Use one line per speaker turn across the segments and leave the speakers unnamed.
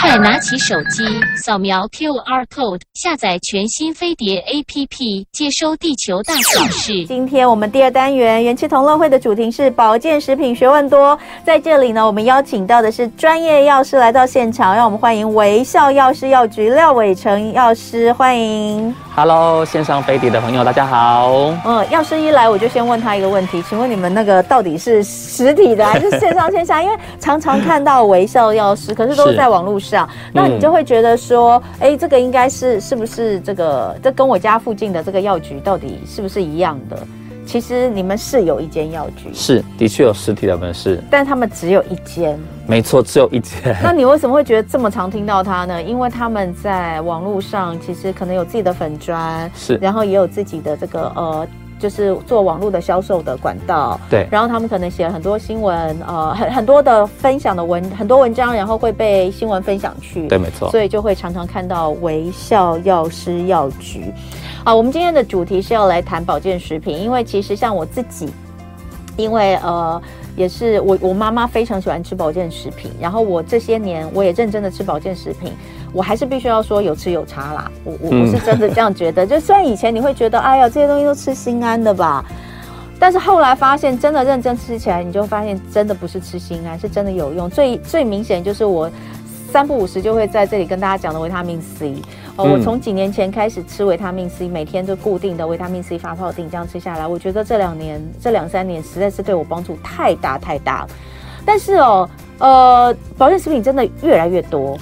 快拿起手机，扫描 QR code，下载全新飞碟 APP，接收地球大小事。
今天我们第二单元元气同乐会的主题是保健食品学问多，在这里呢，我们邀请到的是专业药师来到现场，让我们欢迎微笑药师药局廖伟成药师，欢迎。
Hello，线上飞碟的朋友，大家好。
嗯，药师一来我就先问他一个问题，请问你们那个到底是实体的还是线上线下？因为常常看到微笑药师，可是都是嗯
是
在网络上，那你就会觉得说，哎、这个应该是是不是这个这跟我家附近的这个药局到底是不是一样的？其实你们是有一间药局，
是，的确有实体的门市，
但他们只有一间。
没错，只有一间。
那你为什么会觉得这么常听到他呢？因为他们在网络上其实可能有自己的粉砖，
是，
然后也有自己的这个呃，就是做网络的销售的管道。
对，
然后他们可能写了很多新闻，呃，很很多的分享的文，很多文章，然后会被新闻分享去。
对，没错。
所以就会常常看到微笑药师药局。啊，我们今天的主题是要来谈保健食品，因为其实像我自己，因为呃。也是我，我妈妈非常喜欢吃保健食品，然后我这些年我也认真的吃保健食品，我还是必须要说有吃有差啦，我我我
嗯
是真的这样觉得。 就虽然以前你会觉得，哎呀，这些东西都吃心安的吧，但是后来发现，真的认真吃起来，你就发现真的不是吃心安，是真的有用。最最明显就是我三不五时就会在这里跟大家讲的维他命 C。哦，
嗯
我从几年前开始吃维他命 C，每天就固定的维他命 C 发泡锭这样吃下来，我觉得这两年这两三年实在是对我帮助太大太大了。但是哦，呃，保健食品真的越来越多。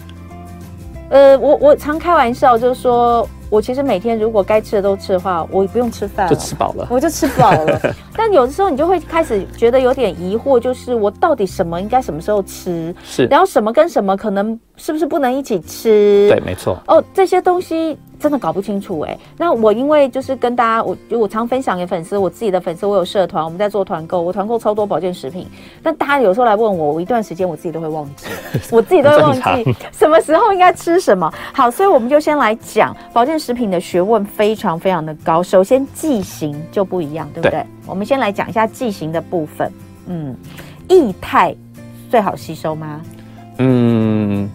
呃，我我常开玩笑就是说，我其实每天如果该吃的都吃的话，我不用吃饭了，
就吃饱了。
我就吃饱 了。但有的时候你就会开始觉得有点疑惑，就是我到底什么应该什么时候吃，
是，
然后什么跟什么可能是不是不能一起吃？
对，没错。
哦，这些东西真的搞不清楚哎、那我因为就是跟大家，我我常分享给粉丝，我自己的粉丝，我有社团，我们在做团购，我团购超多保健食品。但大家有时候来问我，我一段时间我自己都会忘记，我自己都会忘
很
记什么时候应该吃什么。好，所以我们就先来讲保健食品的学问非常非常的高。首先剂型就不一样，对不对？
对
我们先来讲一下剂型的部分。嗯，液态最好吸收吗？
嗯，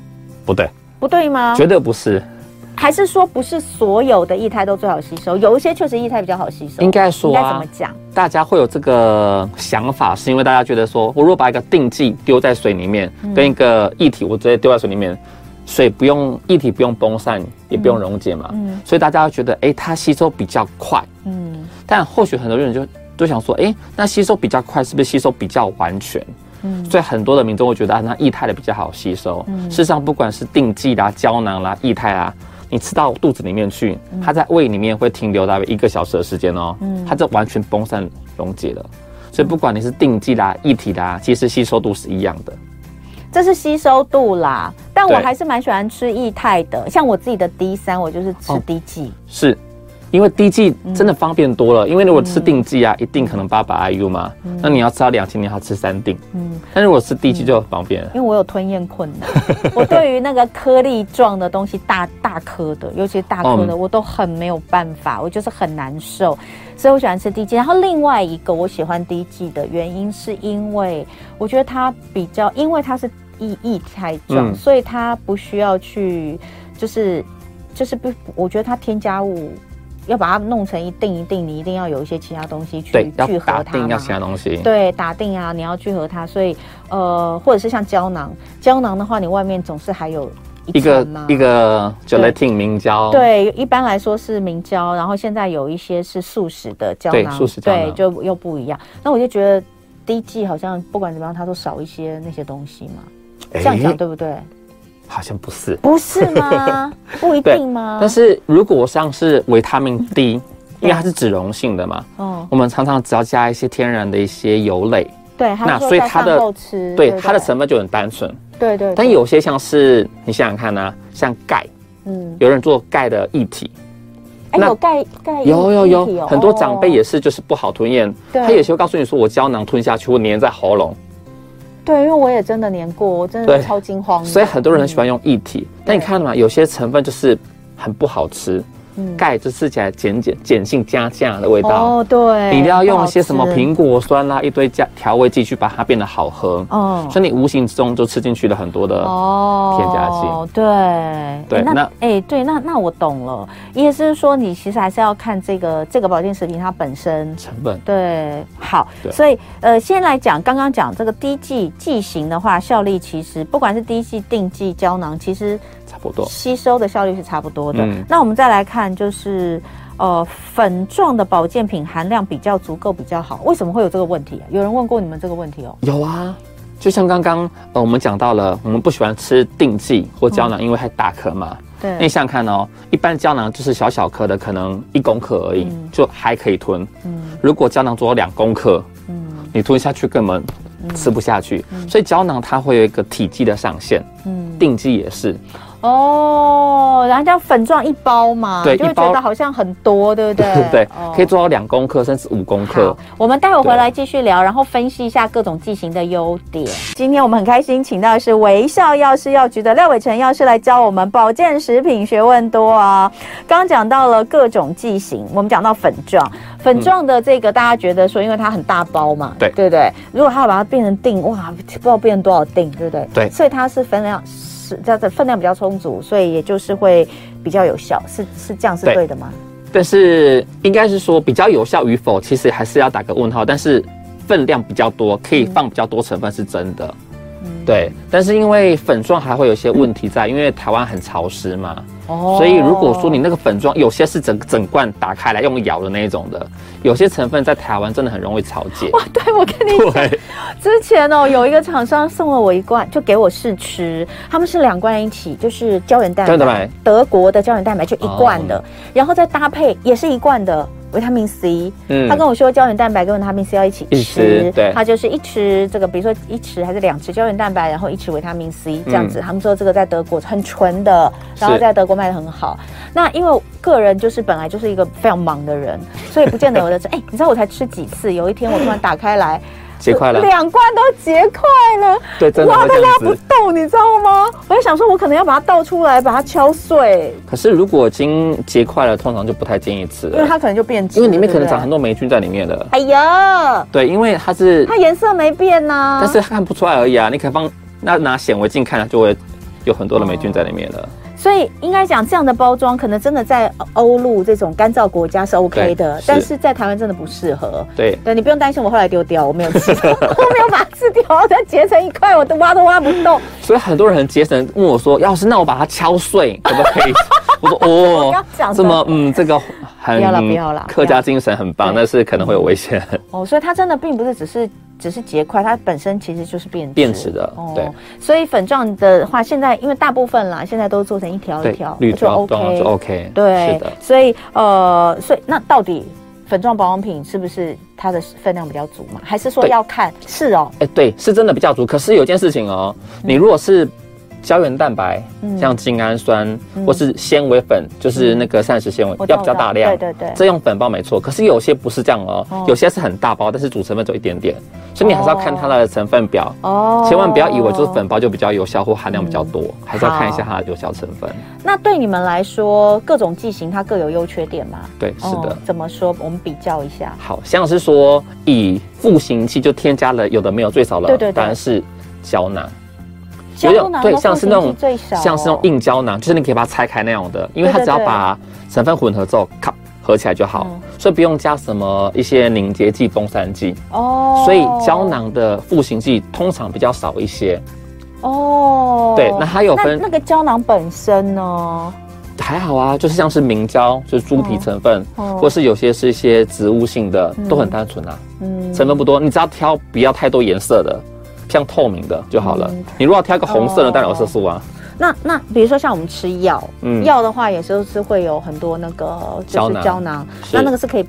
不对，
不对吗？
绝对不是。
还是说不是所有的液态都最好吸收？有一些确实液态比较好吸收。
应该说
应该怎
啊
么，讲？
大家会有这个想法，是因为大家觉得说，我如果把一个定剂丢在水里面，跟一个液体我直接丢在水里面，水不用液体不用崩散，也不用溶解嘛，
嗯
所以大家会觉得，哎，它吸收比较快。
嗯
但或许很多人就就想说，哎、那吸收比较快，是不是吸收比较完全？
嗯
所以很多的民众会觉得，啊，那液态的比较好吸收。事实上，不管是定剂啦、胶囊啦、液态啦，你吃到肚子里面去，
嗯
它在胃里面会停留大约一个小时的时间哦、它就完全崩散溶解了。所以不管你是定剂啦、液体啦，其实吸收度是一样的。
这是吸收度啦，但我
对
还是蛮喜欢吃液态的。像我自己的 D 三，我就是吃
哦
D 剂。
是，因为滴剂
嗯
真的方便多了。因为如果吃定剂啊，一定可能八百 IU 嘛，那你要吃到两千，你还要吃三定。
嗯
但如果吃滴剂就很方便了。
因为我有吞咽困难，我对于那个颗粒状的东西大大颗的，尤其是大颗的，
嗯
我都很没有办法，我就是很难受，所以我喜欢吃低剂。然后另外一个我喜欢低剂的原因，是因为我觉得它比较，因为它是液液态状，
嗯
所以它不需要去，就是就是不，我觉得它添加物。要把它弄成一定一定，你一定要有一些其他东西去
对，要
聚合
打
它
定要
嘛
其他东西。
对，打定啊，你要聚合它，所以呃，或者是像胶囊，胶囊的话，你外面总是还有一
一个
层嘛
一。个 gelatin 明胶，，
对，一般来说是明胶，然后现在有一些是素食的胶
对
囊，
素食胶
对
囊
就又不一样。那我就觉得第一季好像不管怎么样，它都少一些那些东西嘛，这样讲对不对？
好像不是。
不是吗？ 不一
对
定吗？
但是如果像是维他命 D，因
啊 对
为它是脂溶性的嘛，
哦，
我们常常只要加一些天然的一些油类，
对，它
那
说
所以
在
它
饭
的
后吃，
对
不
它的成分就很单纯。
对对，
但
对
有些像是你想想看呢，像钙，
嗯，
有人做钙的液体，
哎，
那
有钙钙
有有
液体哦
有，很多长辈
哦
也是就是不好吞咽，
对
他有些会告诉你说我胶囊吞下去会粘在喉咙，
对，因为我也真的粘过，我真的
对
超惊慌的。
所以很多人很喜
嗯
欢用液体。但你看嘛，有些成分就是很不好吃，
嗯
钙就吃起来碱碱碱性加价的味道。
哦，对，
你一定要用一些什么
不好吃
苹果酸啦、一堆加调味剂去把它变得好喝，
哦
所以你无形中就吃进去了很多的
哦
添加剂西。
哦，对，
对
诶那
那
哎、对，那那我懂了，意思是说你其实还是要看这个这个保健食品它本身。
成本
对，好，
对
所以呃，先来讲刚刚讲这个滴剂剂型的话，效力其实不管是滴剂、定剂、胶囊，其实
差不多。
吸收的效率是差不多的。
嗯
那我们再来看，就是呃，粉状的保健品含量比较足够比较好，为什么会有这个问题、啊有人问过你们这个问题哦。
有啊，就像刚刚呃我们讲到了，我们不喜欢吃定剂或胶囊，因为它打壳嘛。
嗯对，
那你想想看哦，一般胶囊就是小小颗的，可能一公克而已，
嗯
就还可以吞。
嗯
如果胶囊做到两公克，
嗯
你吞下去根本吃不下去。所以胶囊它会有一个体积的上限，
嗯，
定剂也是。
哦，然后像粉状一包嘛，
对
就会
一包？
觉得好像很多，对不对
对
哦，
可以做到两公克甚至五公克
好。，我们待会回来继续聊，然后分析一下各种剂型的优点。今天我们很开心，请到的是微笑药师药局的廖伟成药师来教我们保健食品学问多啊。刚讲到了各种剂型，我们讲到粉状，粉状的这个大家觉得说，因为它很大包嘛，
对
对不对？如果它要把它变成锭，哇，不知道变成多少锭，对不对？
对
所以它是分量是它的分量比较充足，所以也就是会比较有效，是是这样是
对
对的吗？
但是应该是说比较有效与否，其实还是要打个问号。但是分量比较多，可以放比较多成分是真的。
嗯
对，但是因为粉状还会有一些问题在，因为台湾很潮湿嘛，
哦
所以如果说你那个粉状有些是整整罐打开来用咬的那一种的，有些成分在台湾真的很容易潮解。
哇，哦对我跟你
对，
之前哦，有一个厂商送了我一罐，就给我试吃，他们是两罐一起，就是胶原蛋白，
胶原蛋白哦
德国的胶原蛋白就一罐的，然后再搭配也是一罐的。维他命 C，、
嗯
他跟我说胶原蛋白跟维他命 C 要一起
一起
吃
吃，对
他就是一匙这个，比如说一匙还是两匙胶原蛋白，然后一匙维他命 C 这样子。他们说这个在德国很纯的，然后
嗯是
在德国卖的很好。那因为我个人就是本来就是一个非常忙的人，所以不见得我的 哎、你知道我才吃几次？有一天我突然打开来，
结块了，
两罐都结块了，
对，真的
哇，
会
它
这
拉
样
不
子。
动，你知道吗？我在想说，我可能要把它倒出来，把它敲碎，
可是如果已经结块了，通常就不太建议吃
因为
了，
它可能就变质，
因为里面可能
对不对
长很。多霉菌在里面的。
哎呀，
对，因为它是
它颜色没变呐、
但是看不出来而已啊。你可以放那拿显微镜看，它就会有很多的霉菌在里面了。
所以应该讲这样的包装，可能真的在欧陆这种干燥国家是 OK 的，
对是
但是在台湾真的不适合。
对，
对你不用担心，我后来丢掉，我没有吃， 我没有把它吃掉，我再结成一块，我都挖都挖不动。
所以很多人很节省，问我说：“要是那我把它敲碎，可不可以？” 我说：“
刚讲
哦，
的
这么嗯，这个很
不要啦不要啦
客家精神很棒，
不要
但是可能会有危险。
哦，所以它真的并不是只是只是结块，它本身其实就是变质哦
变质的对。
所以粉状的话，现在因为大部分啦，现在都做成一条一
对
条，，
铝
就
条当然
OK，
啊就 OK。
对，
是的。
所以呃，所以那到底粉状保养品是不是它的分量比较足嘛？还是说
对
要看是哦？
哎，对，是真的比较足。可是有件事情哦，
嗯
你如果是胶原蛋白，像精氨酸
嗯
或是纤维粉，就是那个膳食纤维
我，知道
要比较
嗯
大
我
量。
知道对对对
这用粉包没错。可是有些不是这样哦，
哦
有些是很大包，但是主成分只有一点点，所以你还是要看它的成分表。
哦嗯
千万不要以为就是粉。包就比较有效或含量比较多，还是要看一下它的有效成分。
那对你们来说，各种剂型它各有优缺点嘛？
对，是的。
哦怎么说？我们比较一下。
好像是说以复形器就添加了有的没有最少了，
对对对
当然是胶囊。
胶囊
对
的
像
复
是
形
那
剂
种
最少哦
像是那种硬胶囊，就是你可以把它拆开那种的，因为它
对对
只要
对
把成分混合之后，咔合起来就好，
嗯
所以不用加什么一些凝结剂、封散剂，
哦
所以胶囊的复形剂通常比较少一些，
哦，
对那它有分
那那个胶囊本身呢？
还好啊，就是像是明胶，就是猪皮成分，
哦
或是有些是一些植物性的，都很单纯啊，
嗯，
成分不多，你只要挑不要太多颜色的。像透明的就好了。
嗯
你如果要挑一个红色
哦
的，当然有色素啊。
那那比如说像我们吃药，
嗯
药的话也是是会有很多那个就
胶
是
囊
胶囊，
是
那那个是可以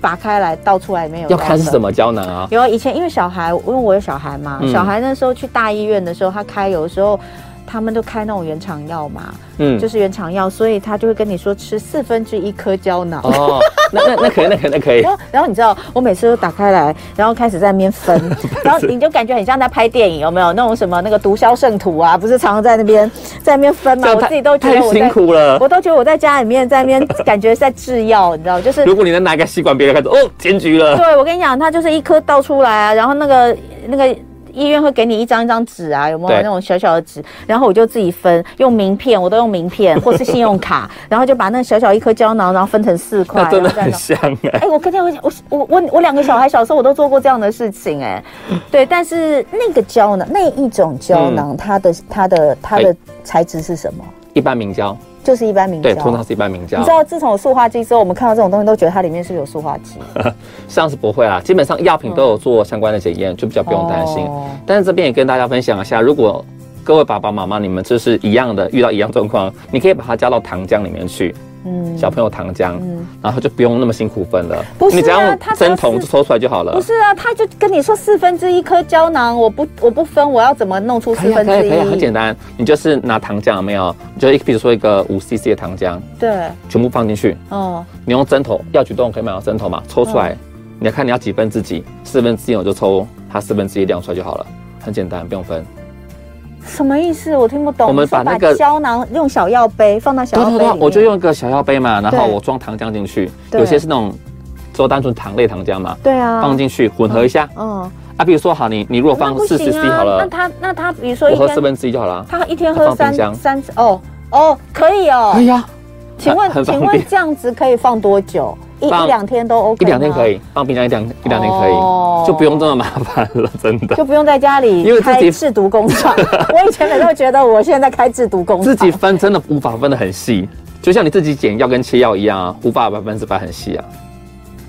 拔开来倒出来里面有
要看是什
么。
么胶囊啊。
有以前因为小孩，因为我有小孩嘛，
嗯
小孩那时候去大医院的时候，他开有的时候。他们都开那种原厂药嘛，
嗯
就，是原厂药，所以他就会跟你说吃四分之一颗胶囊。
哦，那那那可以，那可以，那可以
然。后，然后你知道，我每次都打开来，然后开始在那边 分，然后你就感觉很像在拍电影，有没有？那种什么那个毒枭圣徒啊，不是常常在那边在那边分吗？我
太
自己都觉
太
得我
辛
在，
苦了。
我都觉得我在家里面在那边感觉在制药，你知道，就是
如果你能拿一个吸管，别人看着哦，检举了。
对我跟你讲，它就是一颗倒出来啊，然后那个那个。医院会给你一张一张纸啊，有没有
对
那种小小的纸？然后我就自己分，用名片，我都用名片或是信用卡，然后就把那小小一颗胶囊，然后分成四块，
那真的
然后这样
很
弄
香哎、
哎、我跟你讲，我我我我两个小孩小时候我都做过这样的事情、哎，对，但是
那个胶囊，那一种
嗯
胶囊，它的它的它的材质是什么？
一般明胶，
就是一般明胶。
哎对，通常是一般明胶
你知。道，自从有塑化剂之后，我们看到这种东西都觉得它里面是不是有塑化剂？
上是不会啦，基本上药品都有做相关的检验，就比较不用担心。
嗯
哦
但是这边也跟大家分享一下，如果各位爸爸妈妈你们就是一样的遇到一样状况，你可以把它加到糖浆里面去，
嗯
小朋友糖浆，
嗯
然后就不用那么辛苦分了。
不是啊
你只要用
它只要
针筒
是
抽出来就好
不
了。
是啊，他就跟你说四分之一颗胶囊，我不我不分，我要怎么弄出
可
四
以啊
分
可
之
以
一？
可以啊，很简单，你就是拿糖浆有没有？你就一比如说一个五 CC 的糖浆，
对，
全部放进去，
哦，
你用针头药局都有可以买到针头嘛，抽出来，
嗯
你要看你要几分之几，四分之一我就抽它四分之一量出来就好了，很简单，不用分。
什么意思？我听不懂。
我们
你说
把那个
胶囊用小药杯放到小
对
药杯里
对对，
面，
我就用一个小药杯嘛，然后
对
我装糖浆进去，
对
有些是那种做单纯糖类糖浆嘛，
对啊，
放进去混合一下
嗯，
啊。比如说好，你你如果
那
放
不
四十
行
c
啊
好
那
了，
他那他比如说
我
一
喝四
天，
分之一就好了，
他一天
它
喝
放冰
三
箱
三次哦哦，可以哦
可。以啊，
请
很
问
方
请
便
问这样子可以放多久？一
放
一两天都 OK
一两天
吗
可，以放冰箱，一两一两天可
哦
以，就不用这么麻烦了，真的。
就不用在家里
因为自
开
己
制毒工 厂。我以前每都觉得我现在在开制毒工厂，
自己分真的无法分得很细，就像你自己剪药跟切药一样啊，无法百分之百很细啊。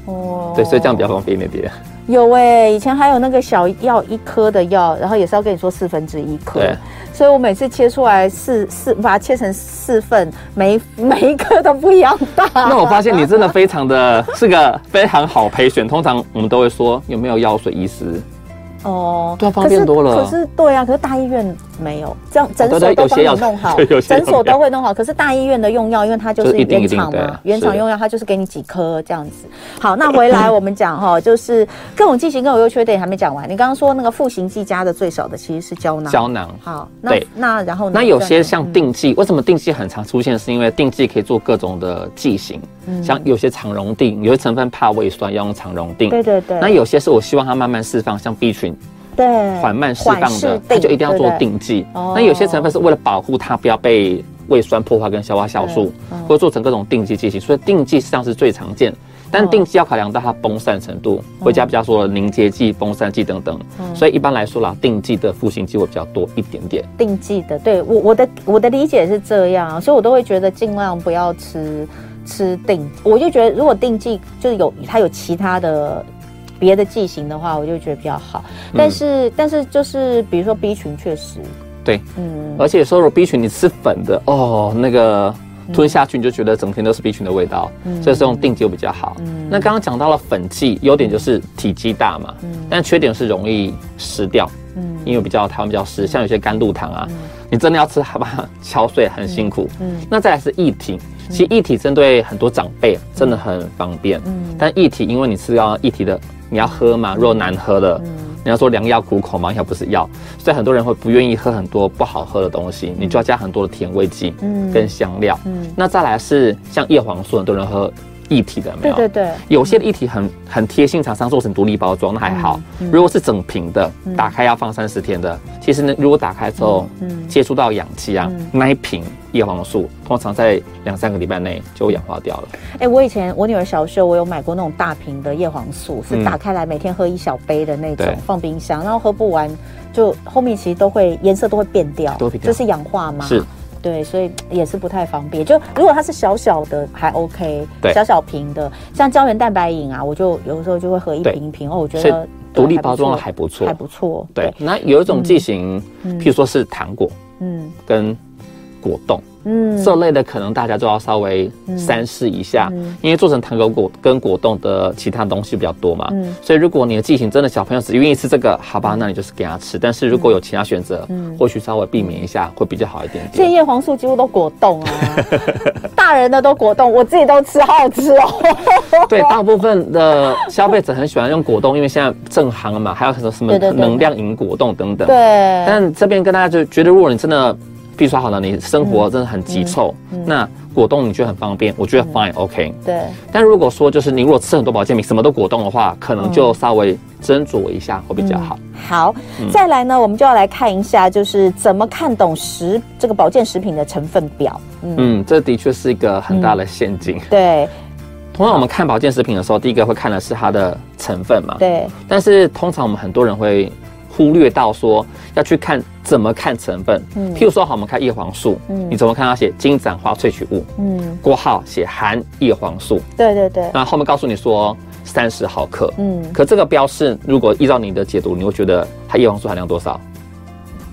哦
对，所以这样比较方便一点点。
有哎、以前还有那个小药一颗的药，然后也是要跟你说四分之一颗
对，
所以我每次切出来四四，把它切成四份，每一每一颗都不一样大。
那我发现你真的非常的是个非常好陪选，通常我们都会说有没有药水医师，
哦，
对啊方
可是
便多了
可是对啊，可是大医院没有这样，诊所
对对
都
有
帮
些
你
药
弄好
对有，些药
诊所都会弄好。可是大医院的用药，因为它就
就是是一定
原厂
一定对
嘛，原厂
是
用药它就是给你几颗这样子。好，那回来我们讲哈， 就是各种剂型各有优缺点还没讲完。你刚刚说那个复形剂加的最少的其实是胶囊，
胶囊。
好，那
对
那然后呢嗯
那有
这
些
样
像定剂，为什么定剂很常出现？是因为定剂可以做各种的剂型，
嗯
像有些肠溶定，有些成分怕胃酸要用肠溶定。
对对对，
那有些是我希望它慢慢释放，像 B 群
对
缓慢释放
释
的，
定
它就一定要做
对不对
定剂。
哦
那有些成分是为了保护它不要被胃酸破坏跟消化酵素，
嗯
或者做成各种定剂剂型，所以定剂实际上是最常见。
嗯
但定剂要考量到它崩散程度，会加比较说的凝结剂、崩散剂等等，
嗯
所以一般来说啦，定剂的复型剂会比较多一点点。
定剂的，对我我的我的理解是这样，所以我都会觉得尽量不要吃吃定，我就觉得如果定剂就是有它有其他的别的剂型的话，我就觉得比较好。但是、但是就是比如说 B 群确实，
对，
嗯，
而且有时候如果 B 群你吃粉的哦，那个吞下去你就觉得整天都是 B 群的味道，
嗯
所以是用定剂会比较好。那刚刚讲到了粉剂，优点就是体积大嘛，
嗯
但缺点是容易湿掉，因为比较台湾比较湿，像有些甘露糖
嗯
啊，你真的要吃它把它 敲碎很辛苦。那再来是液体。
嗯
其实液体针对很多长辈真的很方便，
嗯
但液体因为你吃到液体的，你要喝嘛，如果难喝的，
嗯
你要说良药苦口嘛，药不是药，所以很多人会不愿意喝很多不好喝的东
嗯
西，你就要加很多的甜味剂，跟香料。那再来是像叶黄素，很多人喝液体的，有没
对
有？
对对，
有些的液体很很贴心，厂商做成独立包装，那还好。
嗯
如果是整瓶的，打开要放三十天的，其实呢，如果打开之后、接触到氧气啊，
嗯
那一瓶叶黄素通常在两三个礼拜内就氧化掉了。
哎、我以前我女儿小时候，我有买过那种大瓶的叶黄素，是
嗯
打开来每天喝一小杯的那种
对，
放冰箱，然后喝不完就后面其实都会颜色都会变掉，
都会变掉
就是氧化嘛。
是。
对，所以也是不太方便。就如果它是小小的还 OK，
对
小小瓶的，像胶原蛋白饮啊，我就有时候就会喝一
对
瓶一瓶哦，我觉
所以
得
独立包装的还
还
不错，
还不错。
对，，那有一种剂型，譬如说是糖果
嗯
跟果冻
嗯，
这类的，可能大家就要稍微三思一下，
嗯
因为做成糖果果跟果冻的其他东西比较多嘛。
嗯
所以如果你的剂型真的小朋友只愿意吃这个，好吧，那你就是给他吃。但是如
嗯
果有其他选择，或许稍微避免一下会比较好一点
这
点。
叶黄素几乎都果冻啊，大人的都果冻，我自己都吃，好好吃 哦。
对，大部分的消费者很喜欢用果冻，因为现在正行了嘛，还有什么什么
对对对
能量饮果冻等等。
对，
但这边跟大家就觉得，如果你真的。比如说好了，你生活
嗯
真的很急凑，那果冻你觉得很方便，我觉得 fine OK。
对，
但如果说就是你如果吃很多保健品，什么都果冻的话，可能
嗯
就稍微斟酌一下会比较好。嗯
好，再来呢，我们就要来看一下，就是怎么看懂食这个保健食品的成分表。嗯，
嗯，这的确是一个很大的陷阱。
对
通常我们看保健食品的时候，第一个会看的是它的成分嘛。
对，
但是通常我们很多人会忽略到说要去看怎么看成分。
嗯
譬如说，好，我们看叶黄素，
嗯
你怎么看它写金盏花萃取物，
嗯，
括号写含叶黄素，
对对对，
那后面告诉你说三十毫克。
嗯，
可这个标示，如果依照你的解读，你会觉得它叶黄素含量多少？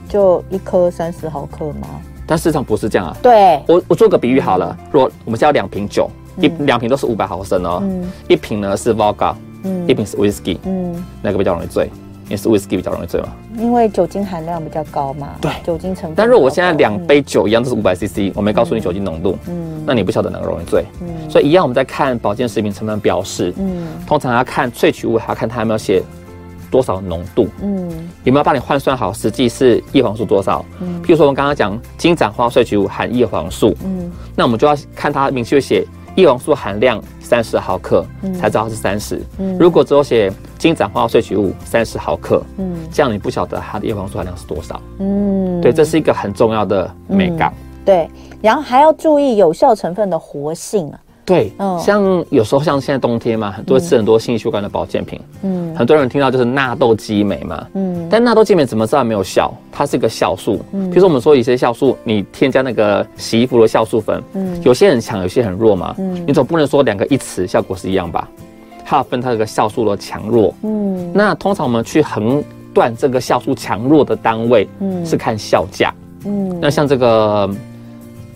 就一颗三十毫克吗？
但事实上不是这样啊。
对，
我我做个比喻好了，如果我们现在有两瓶酒，一两瓶都是五百毫升哦，
嗯
一瓶呢是 vodka，
嗯
一瓶是 whisky，
嗯，
哪个比较容易醉？也是 whisky 比较容易醉嘛。
因为酒精含量比较高嘛，
对
酒精成分。
但如果我现在两，杯酒一样都是五百 CC，我没告诉你酒精浓度，
嗯
那你不晓得哪个容易醉。
嗯
所以一样，我们在看保健食品成分标示，
嗯
通常要看萃取物，还要看它有没有写多少浓度，
嗯
有没有帮你换算好实际是叶黄素多少。
嗯
譬如说我们刚刚讲金盏花萃取物含叶黄素，
嗯
那我们就要看它明确写叶黄素含量三十毫克，
嗯
才知道它是三十、
嗯
如果只有写金盏花萃取物三十毫克，
嗯
这样你不晓得它的叶黄素含量是多少。
嗯，
对，这是一个很重要的美感。
对，然后还要注意有效成分的活性啊，
对，
嗯
像有时候像现在冬天嘛，很多人吃很多性血管的保健品，
嗯
很多人听到就是纳豆激酶嘛。
嗯
但纳豆激酶怎么知道没有效？它是一个酵素，比如说我们说有些酵素，你添加那个洗衣服的酵素粉，
嗯
有些很强，有些很弱嘛，
嗯
你总不能说两个一词效果是一样吧？它要分它这个酵素的强弱。
嗯
那通常我们去衡断这个酵素强弱的单位
嗯
是看效价。
嗯
那像这个，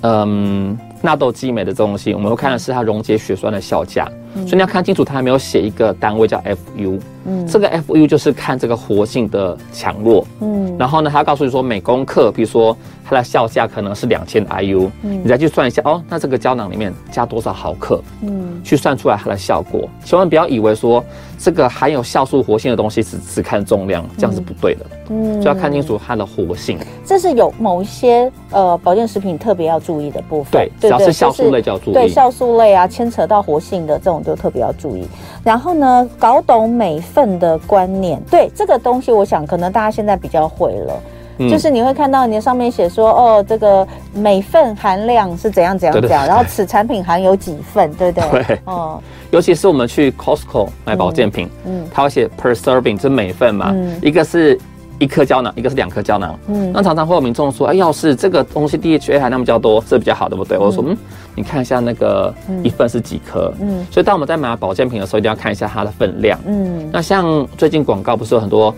嗯，纳豆激酶的这东西，我们会看的是它溶解血栓的效价，所以你要看清楚它有没有写一个单位叫 FU，
嗯
这个 FU 就是看这个活性的强弱。
嗯
然后呢，它告诉你说每公克，比如说它的效价可能是两千 IU，你再去算一下哦，那这个胶囊里面加多少毫克，
嗯
去算出来它的效果。千万不要以为说这个含有酵素活性的东西只只看重量，这样是不对的，
嗯
就要看清楚它的活性。
这是有某一些呃保健食品特别要注意的部分
对，，只要是酵素类就要注意。
对酵素类啊，牵扯到活性的这种就特别要注意。然后呢，搞懂每份的观念，对这个东西，我想可能大家现在比较会了。
嗯
就是你会看到你的上面写说，哦，这个每份含量是怎样怎样
对
怎
对
样，
对
然后此产品含有几份，对不对？
对，
哦，
尤其是我们去 Costco 买保健品，
嗯
它会写 per serving，这每份嘛，
嗯
一个是一颗胶囊，一个是两颗胶囊。
嗯
那常常会有民众说，哎，要是这个东西 DHA 含量比较多，这比较好，对不对？我就说，嗯，你看一下那个一份是几颗。
嗯
所以当我们在买保健品的时候，一定要看一下它的分量。
嗯
那像最近广告不是有很多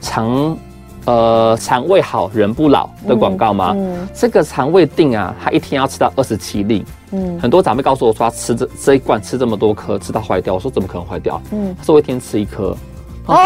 肠呃肠胃好人不老的广告吗？
嗯
这个肠胃定啊，它一天要吃到二十七粒。
嗯
很多长辈告诉我说，他吃这这一罐吃这么多颗，吃到坏掉。我说怎么可能坏掉？
嗯
他说我一天吃一颗，
哦，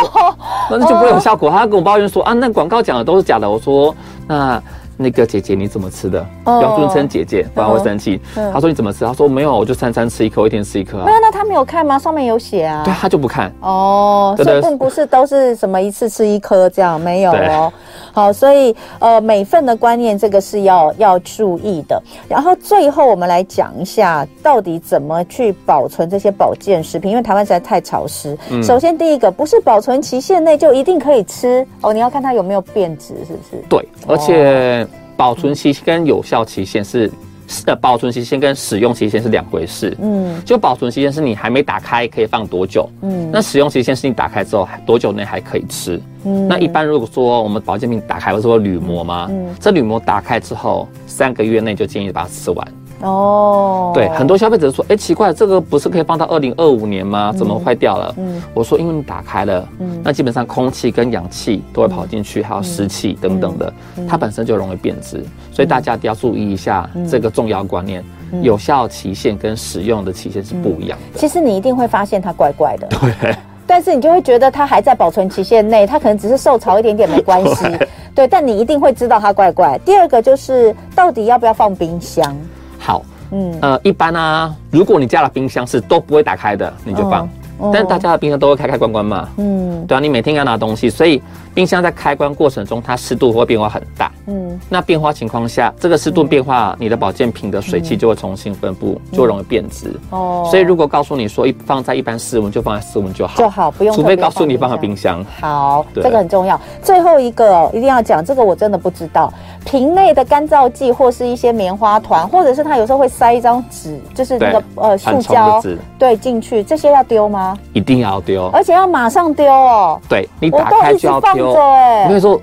那那就不会有效果。他跟我抱怨说啊，那广告讲的都是假的。我说那那个姐姐你怎么吃的？
哦
不要尊称姐姐，不然会生气。
嗯
他说你怎么吃？他说没有，我就三餐吃一颗，我一天吃一颗啊
没。有，那他没有看吗？上面有写啊。
对，他就不看。
哦，
对
所以
对
并不是都是什么一次吃一颗这样，没有
对
哦。 好，所以呃，每份的观念这个是要要注意的。然后最后我们来讲一下，到底怎么去保存这些保健食品，因为台湾实在太潮湿。
嗯
首先第一个，不是保存期限内就一定可以吃哦，你要看它有没有变质，是不是？
对，而
哦
且保存期跟有效期限是，是呃，保存期限跟使用期限是两回事。
嗯
就保存期限是你还没打开可以放多久，
嗯
那使用期限是你打开之后还多久内还可以吃。
嗯
那一般如果说我们保健品打开，不是说铝膜吗？
嗯
这铝膜打开之后三个月内就建议把它吃完。
哦，
对，很多消费者说，哎、奇怪，这个不是可以放到二零二五年吗？怎么坏掉了？
嗯
我说，因为你打开了，
嗯
那基本上空气跟氧气都会跑进去，还有湿气等等的，
嗯
它本身就容易变质，所以大家一定要注意一下
嗯
这个重要观念。有效期限跟使用的期限是不一样的，
其实你一定会发现它怪怪的，对。但是你就会觉得它还在保存期限内，它可能只是受潮一点点没关 系，对。但你一定会知道它怪怪。第二个就是到底要不要放冰箱？
好，
嗯，
呃，一般啊，如果你家的冰箱是都不会打开的，你就放；
嗯
但是大家的冰箱都会开开关关嘛，
嗯
对啊，你每天要拿东西，所以冰箱在开关过程中，它湿度会变化很大。
嗯
那变化情况下，这个湿度变化，你的保健品的水汽就会重新分布，就会容易变质。
嗯哦
所以如果告诉你说一放在一般室温，就放在室温就好，
就好，不用
除
特
非
别
告诉你放在
箱
冰箱。
好，
对
这个很重要。最后一个哦一定要讲，这个我真的不知道。瓶内的干燥剂或是一些棉花团，或者是它有时候会塞一张纸，就是那个
对
呃塑
很重
胶
的纸
对进去，这些要丢吗？
一定要丢，
而且要马上丢哦，
对你
我
打
都
开
一直
就要
放
丢
着。哎、
我跟你说，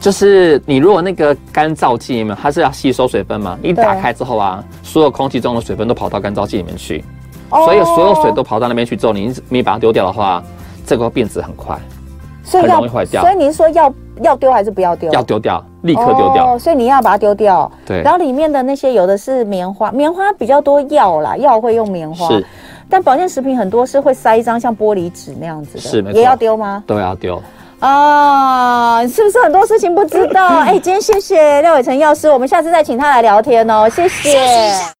就是你如果那个干燥剂有没有，它是要吸收水分嘛，一打开之后啊，所有空气中的水分都跑到干燥剂里面去，
哦
所以所有水都跑到那边去之后，你没把它丢掉的话，这个会变质很快，
所以
很
要
容易坏掉
所以您说要要丢还是不要丢？
要丢掉，立刻丢掉。
哦，所以你要把它丢掉。
对
然，后里面的那些有的是棉花，棉花比较多药啦，药会用棉花。
是。
但保健食品很多是会塞一张像玻璃纸那样子的，
是没错
也要丢吗？
都要丢。
啊，是不是很多事 情不知道？哎、今天谢谢廖伟成药师，我们下次再请他来聊天哦，谢谢